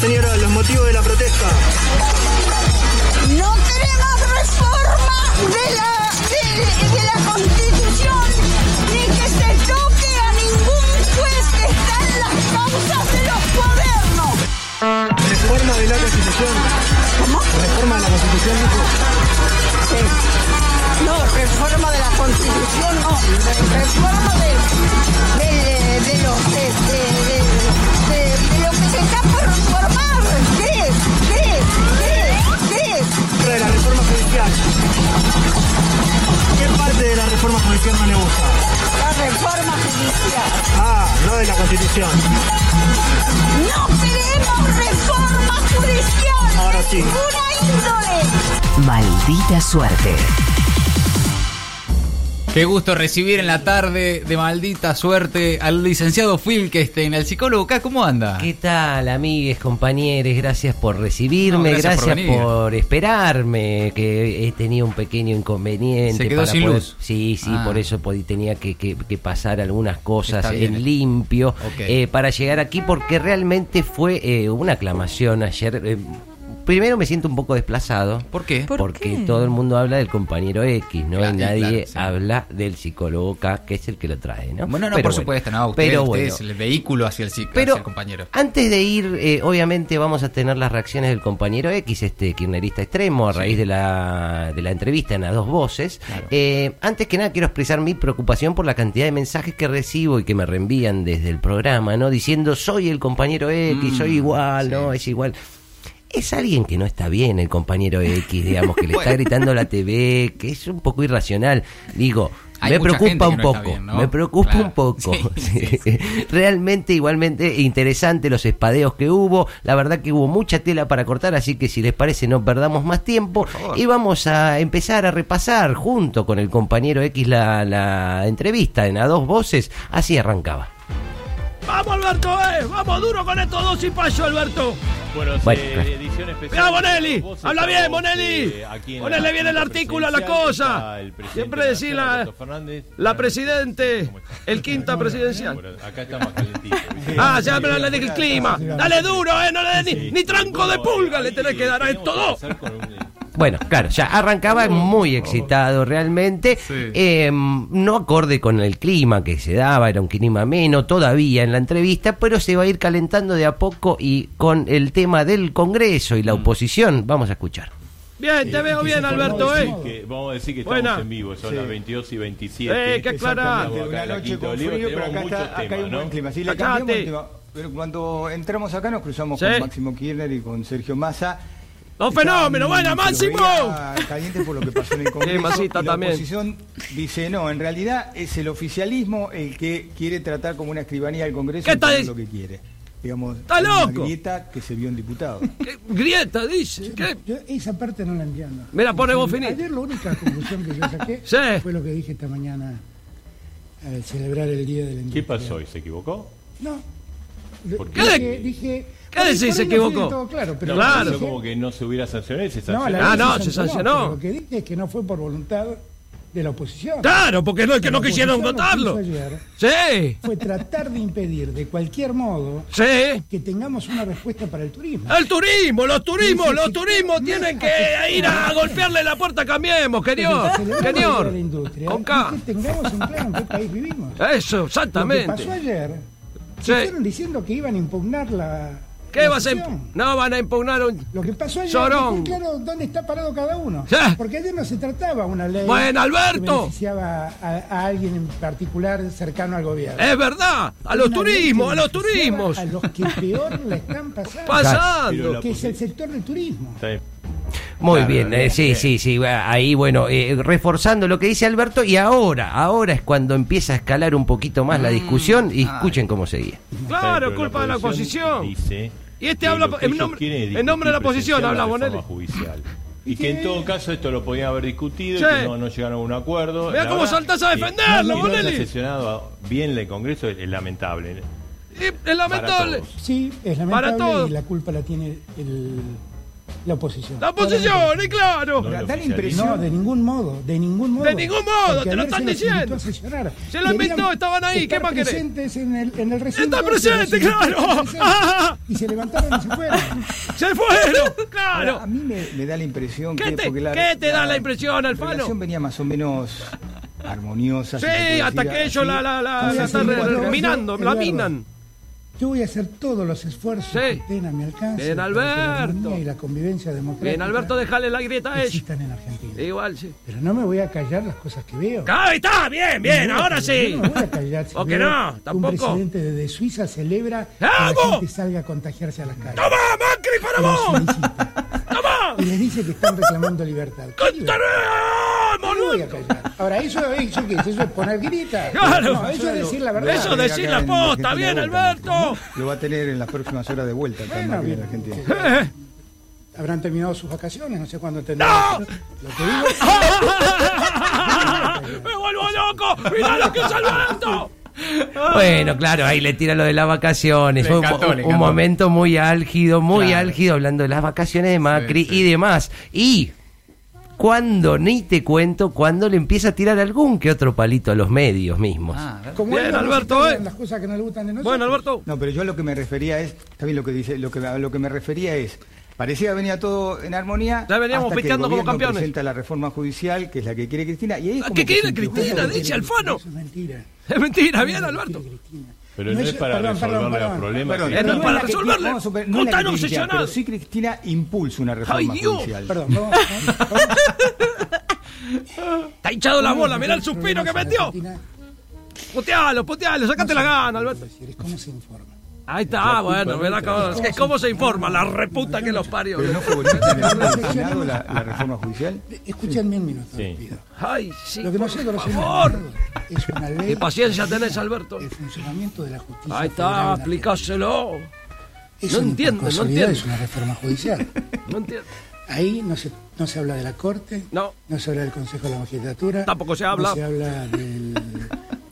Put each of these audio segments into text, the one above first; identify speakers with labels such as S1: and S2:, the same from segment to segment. S1: Señora, los motivos de la protesta.
S2: No queremos reforma de la, de, de la constitución ni que se toque a ningún juez que está en las causas de los gobiernos.
S1: Reforma de la constitución.
S2: ¿Cómo?
S1: Reforma de la constitución, dijo.
S2: Sí. No, reforma de la constitución, no. Reforma de, de, de, los, de, de lo que se está por reformar. ¿Qué? ¿Qué? ¿Qué?
S1: ¿Qué? De la reforma judicial. ¿Qué parte de la reforma judicial no le gusta?
S2: La reforma judicial.
S1: Ah, no de la constitución.
S2: No queremos reforma judicial.
S1: Ahora sí.
S2: Una índole.
S3: Maldita suerte.
S4: Qué gusto recibir en la tarde de maldita suerte al licenciado Phil Kestein, al psicólogo K. ¿Cómo anda?
S3: Ah. ¿Qué tal, amigues, compañeros? Gracias por recibirme,
S4: No, gracias por
S3: gracias,
S4: venir.
S3: por, esperarme, que he tenido un pequeño inconveniente.
S4: Se quedó sin luz.
S3: Sí, sí,
S4: Ah.
S3: por eso podí- tenía que, que- que pasar algunas cosas
S4: Está bien.
S3: en limpio
S4: Ok.
S3: eh, para llegar aquí, porque realmente fue eh, una aclamación ayer. Eh, primero me siento un poco desplazado.
S4: ¿Por qué?
S5: ¿Por
S3: porque
S5: qué?
S3: todo el mundo habla del compañero X, ¿no?
S4: Claro,
S3: y nadie
S4: claro, sí.
S3: habla del psicólogo K, que es el que lo trae, ¿no?
S4: Bueno, no,
S3: Pero
S4: por supuesto, no. Usted,
S3: pero
S4: usted
S3: bueno.
S4: es el vehículo hacia el, ci- hacia
S3: Pero
S4: el compañero.
S3: antes de ir, eh, obviamente vamos a tener las reacciones del compañero X, este kirchnerista extremo, a raíz de, la, de la entrevista en las dos voces.
S4: Claro.
S3: Eh, antes que nada quiero expresar mi preocupación por la cantidad de mensajes que recibo y que me reenvían desde el programa, ¿no? Diciendo, soy el compañero X,
S4: Mm,
S3: soy igual,
S4: sí.
S3: ¿no? Es igual. Es alguien que no está bien, el compañero X, digamos, que le está
S4: Bueno.
S3: gritando a la TV, que es un poco irracional. Digo,
S4: Hay
S3: me
S4: mucha gente
S3: preocupa un
S4: que no está
S3: poco,
S4: bien, ¿no?
S3: me preocupa
S4: Claro.
S3: un poco.
S4: Sí, sí, sí.
S3: Realmente igualmente interesante los espadeos que hubo. La verdad que hubo mucha tela para cortar, así que si les parece no perdamos más tiempo.
S4: favor.
S3: Y vamos a empezar a repasar junto con el compañero X la, la entrevista en a dos voces. Así arrancaba.
S6: Vamos Alberto, eh, vamos duro con estos dos y payo Alberto.
S7: Bueno,
S3: Bueno,
S7: eh,
S3: claro.
S7: edición especial.
S6: Mirá Bonelli,
S7: Vos
S6: habla
S7: estás
S6: bien
S7: vos,
S6: Bonelli.
S7: eh, aquí en la-
S6: Ponele bien
S7: en
S6: el
S7: la
S6: artículo a la
S7: presidencial,
S6: cosa.
S7: está el presidente
S6: Siempre
S7: de la
S6: decís
S7: Nación,
S6: la,
S7: Alberto Fernández.
S6: la
S7: Acá-
S6: presidente, el quinta
S7: Bueno,
S6: presidencial.
S7: acá estamos calentitos. ¿viste?
S6: Ah, ya me le dije el clima. Dale duro, eh, no le des ni,
S7: Sí.
S6: ni tranco de
S7: Bueno,
S6: pulga,
S7: eh,
S6: le tenés que dar a esto
S7: tenemos
S6: dos.
S7: que empezar con un-
S3: Bueno, claro, ya arrancaba muy excitado realmente,
S4: Sí.
S3: eh, no acorde con el clima que se daba, era un clima ameno todavía en la entrevista, pero se va a ir calentando de a poco y con el tema del Congreso y
S4: Mm.
S3: la oposición, vamos a escuchar.
S6: Bien, te veo bien Alberto,
S7: Vamos a
S6: eh.
S7: decir que- Vamos a decir que
S6: Buena.
S7: estamos en vivo, son las 22 y 27.
S6: Eh, que aclará.
S7: Estamos acá
S8: Una
S7: en la
S8: noche
S7: Quinta
S8: con
S7: Oliva,
S8: frío, pero
S7: tenemos
S8: acá,
S7: muchos
S8: está, acá
S7: temas,
S8: hay un
S7: ¿no?
S8: buen clima. Si le
S6: Callate.
S8: cambiamos el tema. Pero cuando entramos acá nos cruzamos
S6: Sí.
S8: con Máximo Kirchner y con Sergio Massa.
S6: Los
S8: Estaban,
S6: fenómenos, bueno,
S8: pero
S6: Máximo.
S8: veía Caliente por lo que pasó en el Congreso.
S6: Masita
S8: y la
S6: también.
S8: oposición dice, no, en realidad es el oficialismo el que quiere tratar como una escribanía al Congreso
S6: ¿Qué
S8: y poner
S6: está
S8: lo que quiere. Digamos,
S6: ¡Está
S8: hay una
S6: loco!
S8: grieta que se vio en diputado.
S6: ¿Qué grieta dice? ¿Qué?
S9: Yo esa parte no la entiendo.
S6: Mira, pone vos
S9: Ayer-
S6: finito.
S9: Ayer la única conclusión que yo saqué
S6: Sí.
S9: fue lo que dije esta mañana al celebrar el Día del
S7: ¿Qué pasó hoy? ¿Se equivocó?
S9: No.
S7: ¿Por qué?
S9: Dije, dije-
S6: ¿Qué
S9: por
S6: decís?
S9: ahí
S6: Se
S9: no fui del
S6: equivocó.
S9: todo claro, pero
S7: No,
S6: Claro.
S7: pareció como que no se hubiera sancionado, se
S9: No,
S7: sancionó.
S9: la
S6: Ah,
S9: ley
S6: no, se sancionó.
S9: pero Lo que dije es que no fue por voluntad de la oposición.
S6: Claro, porque no es que no
S9: La
S6: quisieron
S9: oposición lo
S6: votarlo.
S9: que hizo ayer
S6: Sí,
S9: Fue tratar de impedir de cualquier modo
S6: sí.
S9: que tengamos una respuesta para el turismo.
S6: El turismo, los turismos, los turismos tienen que ir a golpearle la puerta, cambiemos, querido,
S9: Celebremos el Día de
S6: señor.
S9: la industria
S6: Con
S9: y
S6: K.
S9: que tengamos en claro en qué país vivimos.
S6: Eso,
S9: Lo que pasó
S6: exactamente.
S9: ayer,
S6: Sí.
S9: se fueron diciendo que iban a impugnar la.
S6: ¿Qué
S9: la
S6: vas a imp-
S9: sesión.
S6: No van a impugnar un.
S9: Lo que pasó ayer,
S6: Llorón.
S9: dejó claro dónde está parado cada uno.
S6: Sí.
S9: Porque ayer no se trataba una ley.
S6: Bueno,
S9: Que
S6: Alberto.
S9: beneficiaba a, a alguien en particular cercano al gobierno.
S6: Es verdad,
S9: Una
S6: a los
S9: ley que
S6: turismos, a los
S9: beneficiaba
S6: turismos.
S9: A los que peor la están pasando.
S7: Pero
S6: Pasando.
S7: la
S9: que es el
S7: posi-
S9: sector del turismo.
S7: Está bien.
S3: Muy
S4: Claro,
S3: bien, eh,
S4: bien,
S3: sí, sí, sí, va, ahí bueno, eh, reforzando lo que dice Alberto y ahora, ahora es cuando empieza a escalar un poquito más
S4: Mm,
S3: la discusión y escuchen cómo seguía.
S7: Pero
S6: Claro, culpa de la oposición.
S7: Dice
S6: Y este
S7: que
S6: habla
S7: lo que
S6: en
S7: ellos
S6: nombre-
S7: quieren es
S6: en nombre de la
S7: discutir
S6: oposición, habla
S7: presenciar la
S6: Bonelli.
S7: reforma judicial. Y que en todo caso esto lo podían haber discutido
S6: Sí.
S7: y que no, no llegaron a un acuerdo.
S6: Mirá
S7: La
S6: cómo
S7: verdad
S6: saltás a
S7: que
S6: defenderlo,
S7: que no haya
S6: Bonelli.
S7: sesionado bien el Congreso es, es lamentable. ¿eh?
S6: Y Es lamentable.
S7: Para todos.
S9: Sí, es
S6: Para
S9: lamentable
S6: todo.
S9: y la culpa la tiene el, la oposición.
S6: La oposición, y claro.
S7: No,
S8: Da
S7: el
S8: la
S7: oficialismo.
S8: impresión
S9: No, de ningún modo, de ningún modo.
S6: De ningún modo,
S9: Porque
S6: te lo
S9: ayer
S6: están
S9: se los invitó
S6: diciendo.
S9: a sesionar.
S6: Se lo invitó,
S9: Debían
S6: estaban ahí,
S9: estar
S6: ¿qué más querés?
S9: presentes en el, en el recinto,
S6: ¡Están presentes,
S9: se los invitó a
S6: claro!
S9: estar presentes.
S6: ¡Ah!
S9: Y se levantaron y se fueron.
S6: ¡Se fueron! ¡Claro!
S8: Ahora, A mí me, me da la impresión
S6: ¿Qué
S8: que.
S6: te-
S8: porque
S6: qué te da la impresión, Alfano?
S8: La relación venía más o menos armoniosa.
S6: Sí,
S8: si se puede
S6: hasta
S8: decir
S6: que
S8: así.
S6: ellos la, la, la,
S9: Sí, sí,
S6: la están
S9: sí,
S6: re-
S9: sí,
S6: minando,
S9: sí,
S6: la
S9: es verdad.
S6: minan.
S9: Yo voy a hacer todos los esfuerzos
S6: Sí.
S9: que estén a mi alcance.
S6: Bien,
S9: para que la
S6: Alberto.
S9: armonía Y la convivencia democrática.
S6: Bien, Alberto, déjale la grieta a ellos.
S9: existan en Argentina.
S6: Igual, sí.
S9: Pero no me voy a callar las cosas que veo.
S6: Ahí está, bien, bien,
S9: No,
S6: ahora
S9: no
S6: sí.
S9: me voy a callar si
S6: ¿O que
S9: veo
S6: no?
S9: que Un
S6: Tampoco.
S9: presidente desde Suiza celebra que
S6: ¡Vamos!
S9: la gente salga a contagiarse a las calles.
S6: ¡Toma, Macri, para vos! ¡Toma!
S9: Y les dice que están reclamando libertad. ¿Qué libertad?
S6: ¡Contaremos,
S9: No me voy a
S6: boludo!
S9: callar. Ahora, ¿eso, eso qué es? ¿Eso es poner grita?
S6: Claro.
S9: No, eso es decir la verdad.
S6: Eso
S8: Acá
S6: decir
S8: en
S6: la posta,
S8: Argentina
S6: bien,
S8: de vuelta,
S6: Alberto.
S8: ¿no? Lo va a tener en las próximas horas de vuelta acá en
S9: Bueno,
S8: Macri, en
S9: bien.
S8: Argentina.
S6: Eh,
S9: Habrán terminado sus vacaciones, no sé cuándo tendrán.
S6: ¡No!
S9: Lo que digo es
S6: ¡Me vuelvo loco! ¡Mirá lo que es Alberto!
S3: Bueno, claro, ahí le tira lo de las vacaciones.
S4: Le
S3: Fue un-
S4: encantó,
S3: un,
S4: le
S3: un
S4: encantó.
S3: momento muy álgido, muy
S4: Claro.
S3: álgido, hablando de las vacaciones de Macri
S4: Sí, sí.
S3: y demás. Y cuando, ni te cuento, cuando le empieza a tirar algún que otro palito a los medios mismos.
S4: Ah,
S9: como
S6: Bien,
S9: él no
S6: Alberto,
S9: nos gustan
S6: eh.
S9: las cosas que no le gustan de nosotros.
S6: Bueno, Alberto.
S8: No, pero yo a lo que me refería es, está bien lo que dice, lo que a lo que me refería es, parecía que venía todo en armonía.
S6: Ya veníamos
S8: hasta que el
S6: piteando como
S8: gobierno
S6: campeones.
S8: presenta la reforma judicial, que es la que quiere Cristina, y ahí es
S6: ¿La
S8: como
S6: que
S8: que se
S6: quiere
S8: empujó.
S6: Cristina? Dice Alfano.
S9: Eso es mentira.
S6: Es mentira, bien, Alberto.
S7: Pero no, es para resolverle los problemas.
S8: Perdón,
S7: sino-
S6: no,
S8: es
S6: para
S8: la que-
S6: resolverle.
S8: vamos a
S6: ¿Cómo están
S8: ver, es la que quiere Cristina,
S6: obsesionados?
S8: Pero sí Cristina impulsa una reforma
S6: Ay, Dios.
S8: judicial.
S9: Perdón, vamos, vamos, vamos.
S6: Está hinchado la bola, mirá el suspiro que metió. Putealo, putealo, sacate la gana, Alberto.
S9: Es cómo se informa.
S6: Ahí está, bueno, ¿verdad? cómo- ¿Cómo se informa? La reputa que los parió.
S8: Pero no fue bonito que le haya impugnado la, la reforma judicial.
S9: Escúchenme un minuto, les
S7: Sí.
S9: pido.
S6: Ay, sí,
S9: Lo que
S6: por
S9: no sé de los
S6: favor.
S9: senadores es una ley.
S6: Qué paciencia
S9: que regula
S6: tenés, Alberto.
S9: El funcionamiento de la justicia. federal en
S6: Ahí está,
S9: la Argentina. Eso
S6: explicáselo. No
S9: ni por
S6: entiendo, no
S9: casualidad
S6: entiendo.
S9: Es una reforma judicial.
S6: No entiendo.
S9: Ahí no se, no se habla de la Corte,
S6: No.
S9: se habla del Consejo de la Magistratura,
S6: Tampoco se habla.
S9: no se habla del,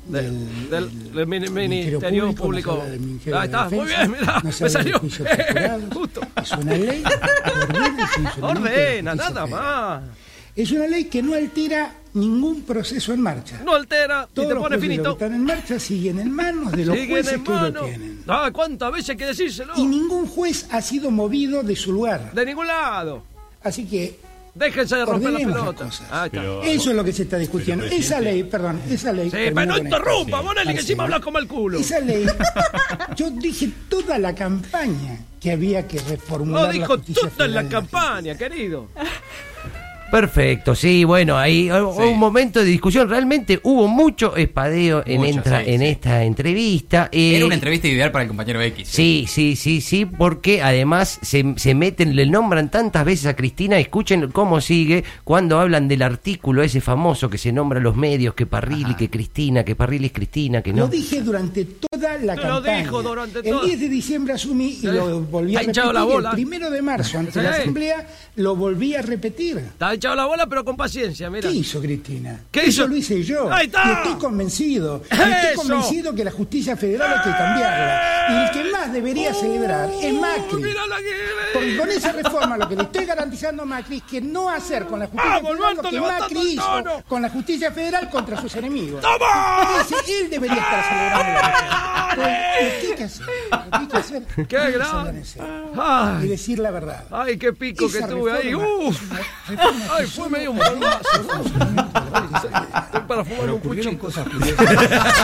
S6: Del, del, del mini-
S9: Ministerio Público, no
S6: Ministerio
S9: se
S6: Público.
S9: habla del Ministerio
S6: Ahí
S9: de la
S6: está, muy
S9: Defensa,
S6: bien, mirá,
S9: no se habla
S6: me
S9: del
S6: salió.
S9: juicio de jurados.
S6: Justo.
S9: Es una ley que ordena el funcionamiento de la
S6: Ordena,
S9: justicia
S6: nada
S9: federal.
S6: más.
S9: Es una ley que no altera ningún proceso en marcha.
S6: No altera y
S9: Todos
S6: te
S9: los
S6: pone
S9: procesos que
S6: finito.
S9: están en marcha siguen en manos de los
S6: Siguen
S9: jueces
S6: en
S9: que lo
S6: mano.
S9: tienen.
S6: Ah, ¿Cuántas veces hay que decírselo?
S9: Y ningún juez ha sido movido de su lugar.
S6: De ningún lado.
S9: Así que
S6: Déjense de romper las
S9: Ordenemos las
S6: pelotas.
S9: cosas.
S6: Ahí está.
S7: Pero-
S9: eso es lo que se está discutiendo.
S7: Pero,
S9: Esa ley, perdón, esa ley.
S6: Sí,
S9: termino
S6: pero no
S9: con esto.
S6: interrumpa, Bonelli, que
S9: Así
S6: encima
S9: es.
S6: hablas como el culo.
S9: Esa ley, yo dije toda la campaña que había que reformular.
S6: No dijo
S9: la justicia
S6: tuta en
S9: federal
S6: la campaña, querido.
S3: Perfecto, sí, bueno, ahí
S4: Sí.
S3: hubo un momento de discusión. Realmente hubo mucho espadeo en,
S4: Mucho,
S3: entra-
S4: sí,
S3: en
S4: sí.
S3: esta entrevista. eh,
S4: Era una entrevista ideal para el compañero X. ¿eh?
S3: Sí, sí, sí, sí, porque además se, se meten, le nombran tantas veces a Cristina, escuchen cómo sigue cuando hablan del artículo ese famoso que se nombra a los medios, que Parrilli, que Cristina, que Parrilli es Cristina, que
S9: Lo
S3: no.
S9: dije durante toda la
S6: Lo
S9: campaña.
S6: dijo durante
S9: el
S6: toda-
S9: 10 de diciembre asumí y
S6: Sí.
S9: lo volví a
S6: Ha hinchado
S9: repetir.
S6: la
S9: y
S6: bola.
S9: El primero de marzo, ante la
S6: Sí.
S9: asamblea, lo volví a repetir.
S6: Está echado la bola, pero con paciencia, mira.
S9: ¿Qué hizo Cristina?
S6: ¿Qué
S9: Eso
S6: hizo?
S9: lo hice yo.
S6: Ahí está.
S9: Y estoy convencido. Y
S6: Eso.
S9: Estoy convencido que la justicia federal hay que cambiarla. Y el que más debería celebrar es Macri.
S6: Uh, Mira ¡Oh! la que...
S9: Porque con esa reforma lo que le estoy garantizando a Macri es que no hacer con la justicia
S6: Vamos,
S9: federal
S6: Alberto,
S9: lo que
S6: levantando
S9: Macri
S6: el
S9: hizo
S6: tono.
S9: con la justicia federal contra sus enemigos.
S6: ¡Toma!
S9: Ese, él debería estar celebrando. la verdad. Lo tiene que hacer, lo tiene que hacer, lo
S6: ¡Qué
S9: tiene que
S6: grande! Ah,
S9: hacer. Y
S6: Ay,
S9: decir la verdad.
S6: ay, qué pico que
S9: Esa
S6: tuve ahí.
S9: reforma-
S6: Uf.
S9: reforma
S6: Ay,
S9: que
S6: fue
S9: solo
S6: medio un
S9: ordena
S6: bombazo.
S9: el funcionamiento
S6: Estoy para fumar
S8: Pero
S6: un
S8: ocurrieron
S6: puchito.
S8: cosas curiosas.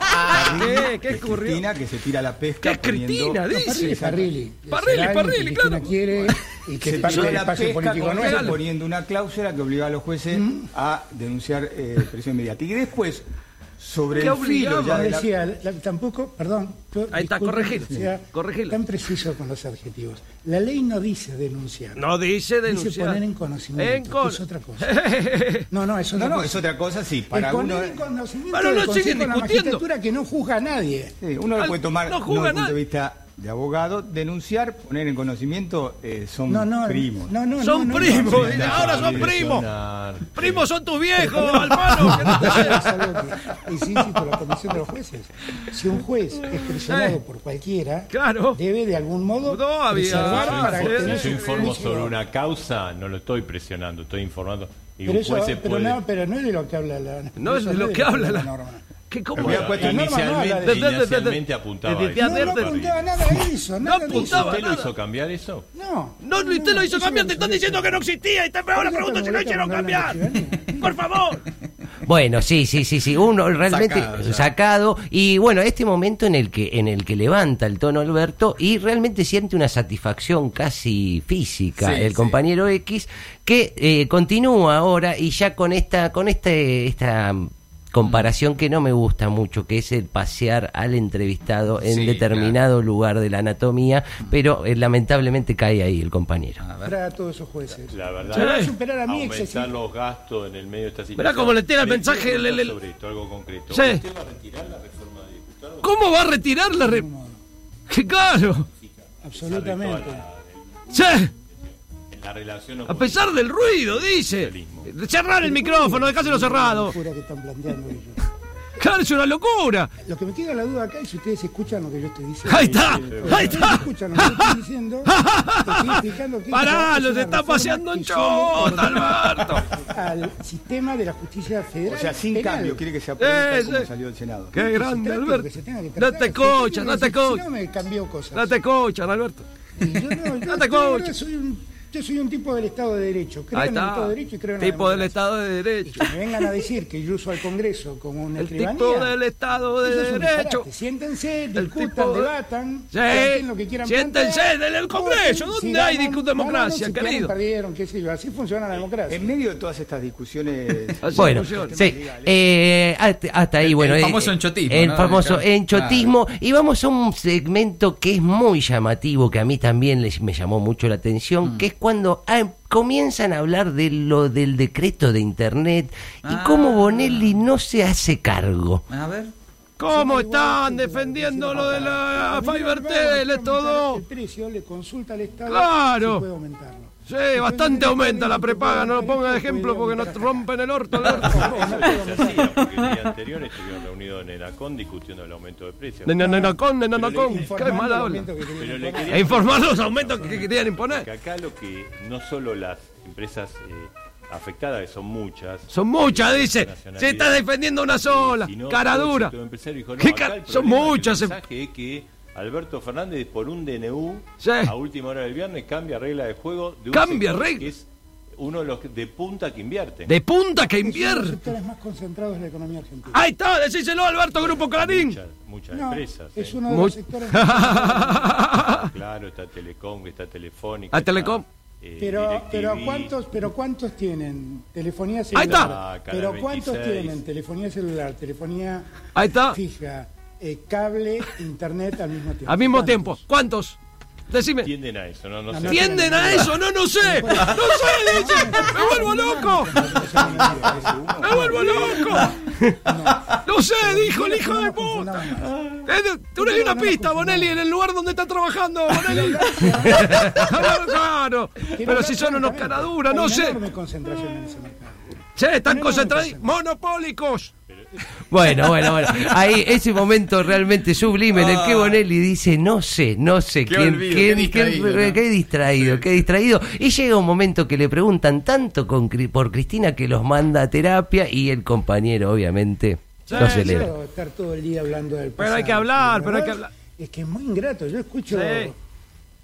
S6: Ah, ¿Qué? ¿Qué
S8: Es
S6: ocurrió?
S8: Cristina que se tira a la pesca.
S6: ¿Qué es Cristina?
S8: poniendo-
S9: de la justicia.
S6: Dice.
S9: Parrilli,
S6: Parrilli,
S9: Serán,
S6: Parrilli,
S9: que Cristina
S6: claro.
S9: quiere y que
S8: Se
S9: parte
S8: tiró a
S9: del
S8: la
S9: espacio
S8: pesca
S9: político
S8: con
S9: nuestro. Mm.
S6: regalo.
S8: poniendo una cláusula que obligaba a los jueces a denunciar eh, presión mediática. Y después, sobre
S6: ¿Qué
S8: el filo
S6: obligaba?
S8: ya de la-
S9: decía, la- tampoco, perdón. yo-
S6: Ahí está,
S9: disculpen
S6: corregilo,
S9: que sea
S6: corregilo.
S9: Tan preciso con los adjetivos. La ley no dice denunciar.
S6: No dice denunciar.
S9: poner en conocimiento, que es otra cosa. No, no, eso
S8: No, no, es otra cosa, sí. Para
S9: el poner
S8: uno,
S9: en conocimiento
S6: Pero
S9: del
S6: lo siguen
S9: Consejo de la
S6: discutiendo.
S9: magistratura que no juzga a nadie.
S8: sí, uno lo
S6: Al-
S8: puede tomar
S6: no
S8: no
S6: juzga
S8: desde el punto de
S6: nadie.
S8: vista de abogado, denunciar, poner en conocimiento, eh, son
S9: No, no,
S8: primos.
S9: no, no,
S6: Son
S9: no, no,
S6: primos,
S9: no.
S6: dice, ahora son
S7: Son
S6: primos.
S7: narcos.
S6: Primos son tus viejos, Alfano. que no te
S9: Yo
S6: sabes.
S9: sabía que- es insisto, la comisión de los jueces. Si un juez es presionado por cualquiera,
S6: Claro.
S9: debe de algún modo
S6: No, había-
S9: preservar
S6: Ah,
S9: para
S6: sí,
S9: que
S6: sí,
S7: Si
S9: tenga
S6: sí,
S7: yo
S9: su
S7: informo
S9: juicio.
S7: sobre una causa, no lo estoy presionando, estoy informando. Y
S9: Pero,
S7: un
S9: eso-
S7: juez se
S9: pero
S7: puede.
S9: no, pero no es de lo que habla la
S6: No es
S9: eso
S6: de lo
S9: es
S6: que habla
S9: habla
S6: la
S9: norma.
S6: ¿Qué,
S7: Me
S6: cómo?
S7: había puesto
S9: La norma no habla
S7: inicialmente,
S9: de-
S7: inicialmente apuntaba
S6: Desde-
S7: eso.
S9: No, no apuntaba nada a eso, nada de eso.
S6: apuntaba.
S7: ¿Usted lo
S6: nada.
S7: hizo cambiar eso?
S9: No,
S6: No, no, usted lo hizo
S9: eso
S6: cambiar,
S9: lo
S6: te están
S9: hizo-
S6: diciendo que no existía y te peor la
S9: Ahorita
S6: pregunta si lo
S9: me voy a
S6: hicieron
S9: mandar a
S6: cambiar.
S9: la ciudadanía.
S6: Por favor.
S3: Bueno, sí, sí, sí, sí. Uno realmente
S4: Sacado ya.
S3: sacado, y bueno, este momento en el que en el que levanta el tono Alberto y realmente siente una satisfacción casi física
S4: Sí,
S3: el
S4: sí.
S3: compañero X que eh, continúa ahora y ya con esta con este esta comparación que no me gusta mucho, que es el pasear al entrevistado en
S4: Sí,
S3: determinado lugar de la anatomía, pero eh, lamentablemente cae ahí el compañero.
S9: Para a todos esos jueces.
S7: La
S6: Se va
S7: verdad,
S6: a
S9: superar a mi ex,
S7: aumentar
S9: sí.
S7: los gastos en el medio de esta situación.
S6: Verá cómo le tira el
S7: Me
S6: mensaje,
S7: quiero preguntar
S6: le- le-
S7: Sobre esto, algo concreto.
S6: Sí.
S7: ¿Usted va a retirar la reforma de diputados?
S6: ¿Cómo va a retirar la re... ¡Qué caro!
S9: Absolutamente.
S6: ¡Che!
S7: En la relación
S6: A pesar del ruido, dice. Cerrar el micrófono, dejáselo cerrado.
S9: Fuera que están planteando ellos.
S6: Claro, es una locura.
S9: Lo que me queda la duda acá es si ustedes escuchan lo que yo estoy diciendo.
S6: Ahí está, ahí
S9: Si
S6: está.
S9: escuchan lo que yo estoy diciendo, te estoy explicando que esta
S6: Pará,
S9: es
S6: los
S9: una
S6: está
S9: reforma
S6: paseando
S9: que
S6: en
S9: solo
S6: chota, Alberto.
S9: al sistema de la justicia federal.
S8: O sea, sin
S9: penal.
S8: cambio, quiere que se
S6: Eh,
S8: apruebe tal como
S6: eh.
S8: salió del Senado.
S6: Qué
S9: Que se
S6: grande,
S9: trate lo que se
S6: Alberto.
S9: tenga que
S6: No
S9: tratar.
S6: te
S9: Si
S6: cochas,
S9: tengo
S6: no
S9: que
S6: te
S9: decir, si
S6: cochas.
S9: No me cambió cosas.
S6: No te cochas, Alberto.
S9: Y yo no, yo,
S6: No te
S9: yo la
S6: coches.
S9: verdad soy un, yo soy un tipo del Estado de Derecho. Creo
S6: Ahí
S9: en el Estado
S6: está.
S9: de Derecho y creo en la
S6: Tipo del
S9: democracia.
S6: Estado de
S9: Y
S6: Derecho.
S9: que me vengan a decir que yo uso al Congreso como una
S6: El
S9: escribanía.
S6: tipo del Estado
S9: eso es
S6: de
S9: un
S6: Derecho.
S9: disparate. Siéntense, discutan,
S6: tipo de-
S9: debatan,
S6: Sí.
S9: planteen lo que quieran
S6: Siéntense
S9: plantear,
S6: en el
S9: voten,
S6: Congreso,
S9: si
S6: ¿dónde
S9: ganan,
S6: hay discu-
S9: ganaron,
S6: democracia,
S9: si quedaron,
S6: querido? Eh,
S9: perdieron, qué sé yo. Así funciona la democracia.
S8: En medio de todas estas discusiones
S6: Así
S3: Bueno,
S6: funciona.
S3: sí, eh, hasta, hasta ahí,
S4: El-
S3: bueno.
S4: el
S3: eh,
S4: famoso enchotismo,
S3: El
S4: ¿no?
S3: famoso
S4: Claro.
S3: enchotismo. Y vamos a un segmento que es muy llamativo, que a mí también les, me llamó mucho la atención,
S4: Mm.
S3: que es cuando ah, comienzan a hablar de lo del decreto de Internet y cómo
S4: Ah.
S3: Bonelli no se hace cargo.
S4: A ver.
S6: ¿Cómo están defendiendo lo de la Fivertel? Ah, Es todo.
S9: El precio le consulta al Estado
S6: Claro.
S9: si puede aumentarlo.
S6: Sí, bastante aumenta la prepaga, no lo ponga de ejemplo porque nos rompen el orto. Alberto.
S7: Se hacía, porque el día anterior estuvieron reunidos en el ACON discutiendo el aumento de precios.
S6: De Nananacón, de Nananacón, qué
S9: Informando
S6: mal
S9: el
S6: habla.
S9: momento que quería
S7: Pero le
S9: informar.
S7: quería
S6: E informar los aumentos que querían
S7: Que
S6: imponer.
S7: acá lo que no solo las empresas eh, afectadas, que son muchas.
S6: Son muchas,
S7: eh,
S6: dice.
S7: nacionalidades,
S6: Se está defendiendo una sola.
S7: sino
S6: Cara
S7: todo el
S6: dura.
S7: sector empresario dijo, no,
S6: ¿Qué
S7: acá
S6: ca-
S7: el
S6: son
S7: problema es que
S6: muchas
S7: El
S6: em-
S7: mensaje es que Alberto Fernández, por un DNU,
S6: Sí.
S7: a última hora del viernes, cambia regla de juego. De un
S6: Cambia
S7: sector
S6: regla.
S7: Que es uno de los de punta que invierte.
S6: De punta que
S9: Es uno de los
S6: invierte.
S9: sectores más concentrados de la economía argentina.
S7: Ah,
S6: Ahí está, decíselo Alberto Grupo Clarín.
S7: Muchas, muchas
S9: No,
S7: empresas.
S9: es
S7: eh.
S9: uno de
S6: Mu-
S9: los sectores más
S7: Claro, está Telecom, está Telefónica.
S6: Ah,
S7: está,
S6: Telecom.
S7: eh,
S9: pero pero
S7: DirecTV.
S9: cuántos pero cuántos tienen telefonía
S6: Ahí está.
S9: celular
S7: Ah, Canal
S9: pero cuántos
S7: 26.
S9: tienen telefonía celular telefonía
S6: Ahí está.
S9: fija eh, cable internet al mismo tiempo
S6: Al mismo
S9: ¿Cuántos?
S6: tiempo. ¿Cuántos? Decime.
S7: Tienden a eso, no, no,
S9: No,
S7: sé.
S9: no
S6: ¿Tienden a eso? No, no sé. No sé, dice. Me vuelvo loco. Me vuelvo loco. No sé, dijo el hijo de puta. Eh, de- Tú le di una pista, Bonelli, en el lugar donde está trabajando, Bonelli. Claro,
S9: Quiero
S6: pero
S9: hablar
S6: si son unos
S9: francamente,
S6: caraduras, no
S9: hay
S6: sé.
S9: enorme concentración en ese mercado
S6: Che, están
S9: enorme
S6: concentrados.
S9: concentración.
S6: Monopólicos.
S3: Bueno, bueno, bueno. Ahí, ese momento realmente sublime en el que Bonelli dice, no sé, no sé,
S4: Ah. Qué
S3: quién,
S4: olvido,
S3: quién,
S4: qué
S3: quién-
S4: distraído, ¿no?
S3: qué distraído, qué distraído. Y llega un momento que le preguntan tanto con, Cri- por Cristina que los manda a terapia y el compañero, obviamente, no
S6: Sí,
S3: celebra.
S9: Puedo estar todo el día hablando del
S6: Pero hay
S9: pasado,
S6: que hablar,
S9: la
S6: pero hay que
S9: verdad
S6: hablar.
S9: Es que es muy ingrato. Yo escucho
S6: Sí.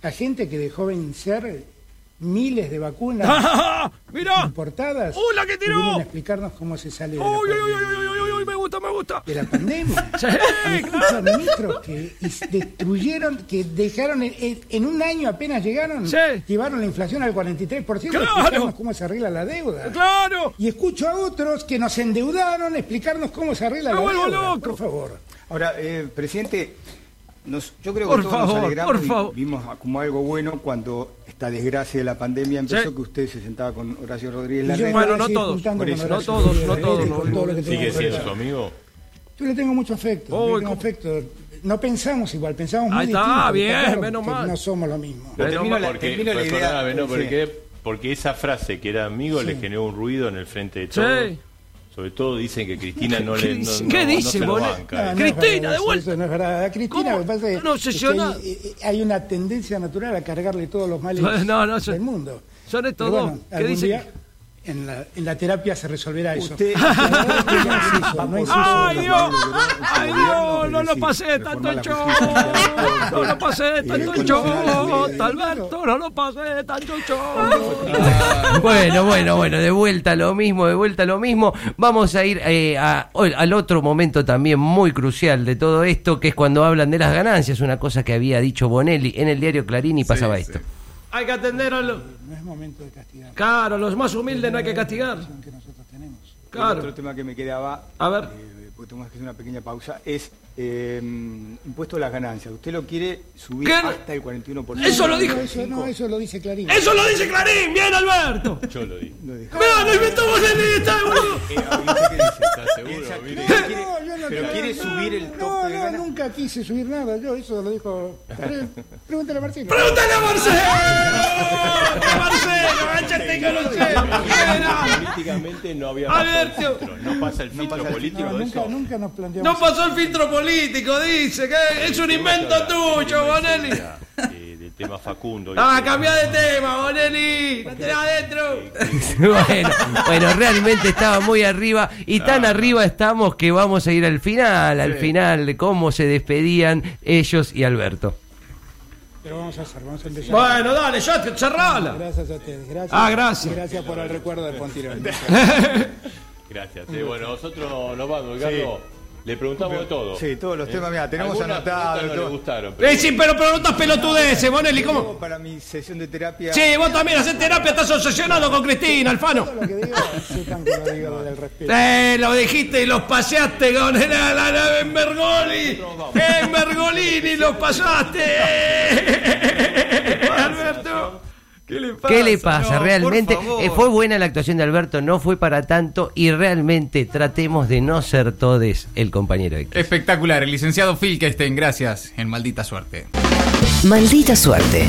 S9: a gente que dejó vencer miles de vacunas
S6: Mirá.
S9: importadas.
S6: ¡Uh, la que tiró!
S9: y vienen a explicarnos cómo se sale de la,
S6: Uy, uy, uy,
S9: pandemia-
S6: uy, uy, uy, uy, me gusta, me gusta.
S9: de la pandemia.
S6: Sí,
S9: Y
S6: claro.
S9: escucho a ministros que is- destruyeron, que dejaron, en- en, en un año apenas llegaron,
S6: Sí.
S9: llevaron la inflación al 43%,
S6: Claro.
S9: explicarnos cómo se arregla la deuda.
S6: Claro.
S9: Y escucho a otros que nos endeudaron, explicarnos cómo se arregla
S6: Me
S9: la
S6: Ah, vuelvo
S9: deuda.
S6: loco.
S9: Por favor.
S8: Ahora, eh, presidente, nos- yo creo
S6: Por
S8: que todos
S6: favor,
S8: nos alegramos
S6: por
S8: y
S6: favor.
S8: vimos como algo bueno cuando esta desgracia de la pandemia empezó,
S6: Sí.
S8: que usted se sentaba con Horacio Rodríguez
S9: Y yo me
S8: Larreta.
S6: Bueno,
S9: voy a
S6: no
S9: seguir
S6: todos,
S9: juntando
S8: por
S9: con
S8: eso.
S9: Horacio
S6: No todos,
S9: Rodríguez
S6: no todos,
S9: Larreta y con
S6: no,
S9: todo lo que tengo
S7: ¿Sigue
S9: que
S7: siendo su
S9: contar.
S7: amigo?
S9: Yo le tengo mucho afecto.
S6: Uy,
S9: le tengo
S6: cómo-
S9: afecto. no pensamos igual, pensamos muy
S6: Ahí está,
S9: distinto,
S6: bien,
S9: claro,
S6: menos
S9: porque
S6: mal.
S9: No somos lo mismo.
S7: Pero
S6: Pero
S8: termino la,
S7: porque,
S8: termino la
S7: pues,
S8: idea.
S7: perdóname, no,
S8: sí.
S7: porque, porque esa frase que era amigo le generó un ruido en el frente de
S6: Sí.
S7: todos. Sobre todo dicen que Cristina no
S6: ¿Qué
S7: le no,
S6: dice?
S7: no-
S6: ¿Qué
S7: no
S6: dice,
S7: se lo
S6: boludo?
S9: es
S7: banca. eh.
S6: Cristina,
S9: verdad
S6: de
S9: eso,
S6: vuelta.
S9: eso no es verdad. A Cristina,
S6: ¿Cómo?
S9: lo que pasa es
S6: No, no,
S9: es que
S6: obsesionada.
S9: hay, eh, hay una tendencia natural a cargarle todos los males
S6: No, no,
S9: del
S6: son-
S9: mundo.
S6: son estos
S9: Pero
S6: dos. ¿Qué
S9: algún
S6: dicen?
S9: día en la, en la terapia se resolverá eso.
S8: Usted-
S9: La verdad es que no es eso, no es eso.
S6: ¡Ay, Dios! ¡Ay, Dios!
S8: Gobierno,
S6: No lo
S8: decir,
S6: pasé tanto
S8: reformar
S6: el
S8: la
S6: show.
S8: justicia,
S6: No lo pasé tanto el show. Alberto, no lo pasé tanto el show.
S3: Bueno, bueno, bueno, de vuelta lo mismo, de vuelta lo mismo. Vamos a ir eh, a- al otro momento también muy crucial de todo esto, que es cuando hablan de las ganancias, una cosa que había dicho Bonelli en el diario Clarín y pasaba esto.
S6: Hay que atender a los.
S9: No es momento de castigar
S6: Claro, a los más humildes no hay que castigar.
S9: lo que nosotros tenemos.
S8: El
S6: Claro.
S8: Otro tema que me quedaba,
S6: A ver.
S8: eh, porque tenemos que hacer una pequeña pausa, es eh, impuesto a las ganancias. Usted lo quiere subir
S6: ¿Qué?
S8: hasta el 41%.
S6: Eso lo dijo.
S9: No, eso, no, eso lo dice Clarín.
S6: ¡Eso lo dice Clarín! ¡Bien, Alberto!
S7: Yo lo dije.
S8: Lo dijo.
S6: ¡Mirá, lo inventó Bonelli! ¡Está boludo!
S7: ¿Estás seguro? Mire,
S9: No, yo no
S8: Pero
S9: creo-
S8: quiere subir el
S9: No,
S8: tope de
S9: no,
S8: ganancias.
S9: nunca quise subir nada. Yo eso lo dijo. Pre- Pregúntale a Marcelo.
S6: ¡Pregúntale a Marcelo! ¡A ¡Eh! Marcelo! ¡Áchate con los celos!
S7: Políticamente no había
S6: Alberto.
S7: pasado el filtro. No pasa el filtro político
S9: No,
S7: de
S9: nunca,
S7: eso.
S9: nunca nos planteamos.
S6: No pasó el filtro político, dice que es un invento tuyo, Bonelli.
S7: Eh, del tema Facundo.
S6: Ah,
S7: Este,
S6: cambia de tema, Bonelli. No tenés adentro.
S3: bueno, bueno, realmente estaba muy arriba y
S4: Ah,
S3: tan arriba estamos que vamos a ir al final, al final de cómo se despedían ellos y Alberto.
S9: Pero vamos a hacer, vamos a empezar.
S6: Bueno, dale, ya te cerrala.
S9: Gracias a ustedes. Gracias.
S6: Ah, gracias.
S9: Gracias por el recuerdo de Pontirón.
S7: Gracias. Eh, bueno, nosotros nos vamos, Ricardo. Le preguntamos de todo.
S8: Sí, todos los temas, mirá, tenemos
S7: Algunas
S8: anotado,
S7: preguntas No
S8: todo.
S7: le gustaron, pero
S6: Eh, sí, pero preguntas pelotudeces, Bonelli, ¿cómo?
S8: Para mi sesión de terapia.
S6: Sí, vos también haces terapia, estás obsesionado con Cristina, Alfano.
S9: Lo que digo, sepan que lo digo del respeto.
S6: Eh, lo dijiste y los paseaste con el- la, la, la- en Bergoli. En Bergolini los pasaste. Eh, Alberto. ¿Qué le pasa?
S3: ¿Qué le pasa?
S4: No, por
S3: realmente
S4: favor.
S3: eh, fue buena la actuación de Alberto, no fue para tanto y realmente tratemos de no ser todes el compañero Héctor.
S4: Espectacular, el licenciado Filkestein, gracias en maldita suerte.
S5: Maldita suerte.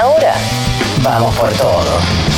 S5: Ahora, vamos por todo.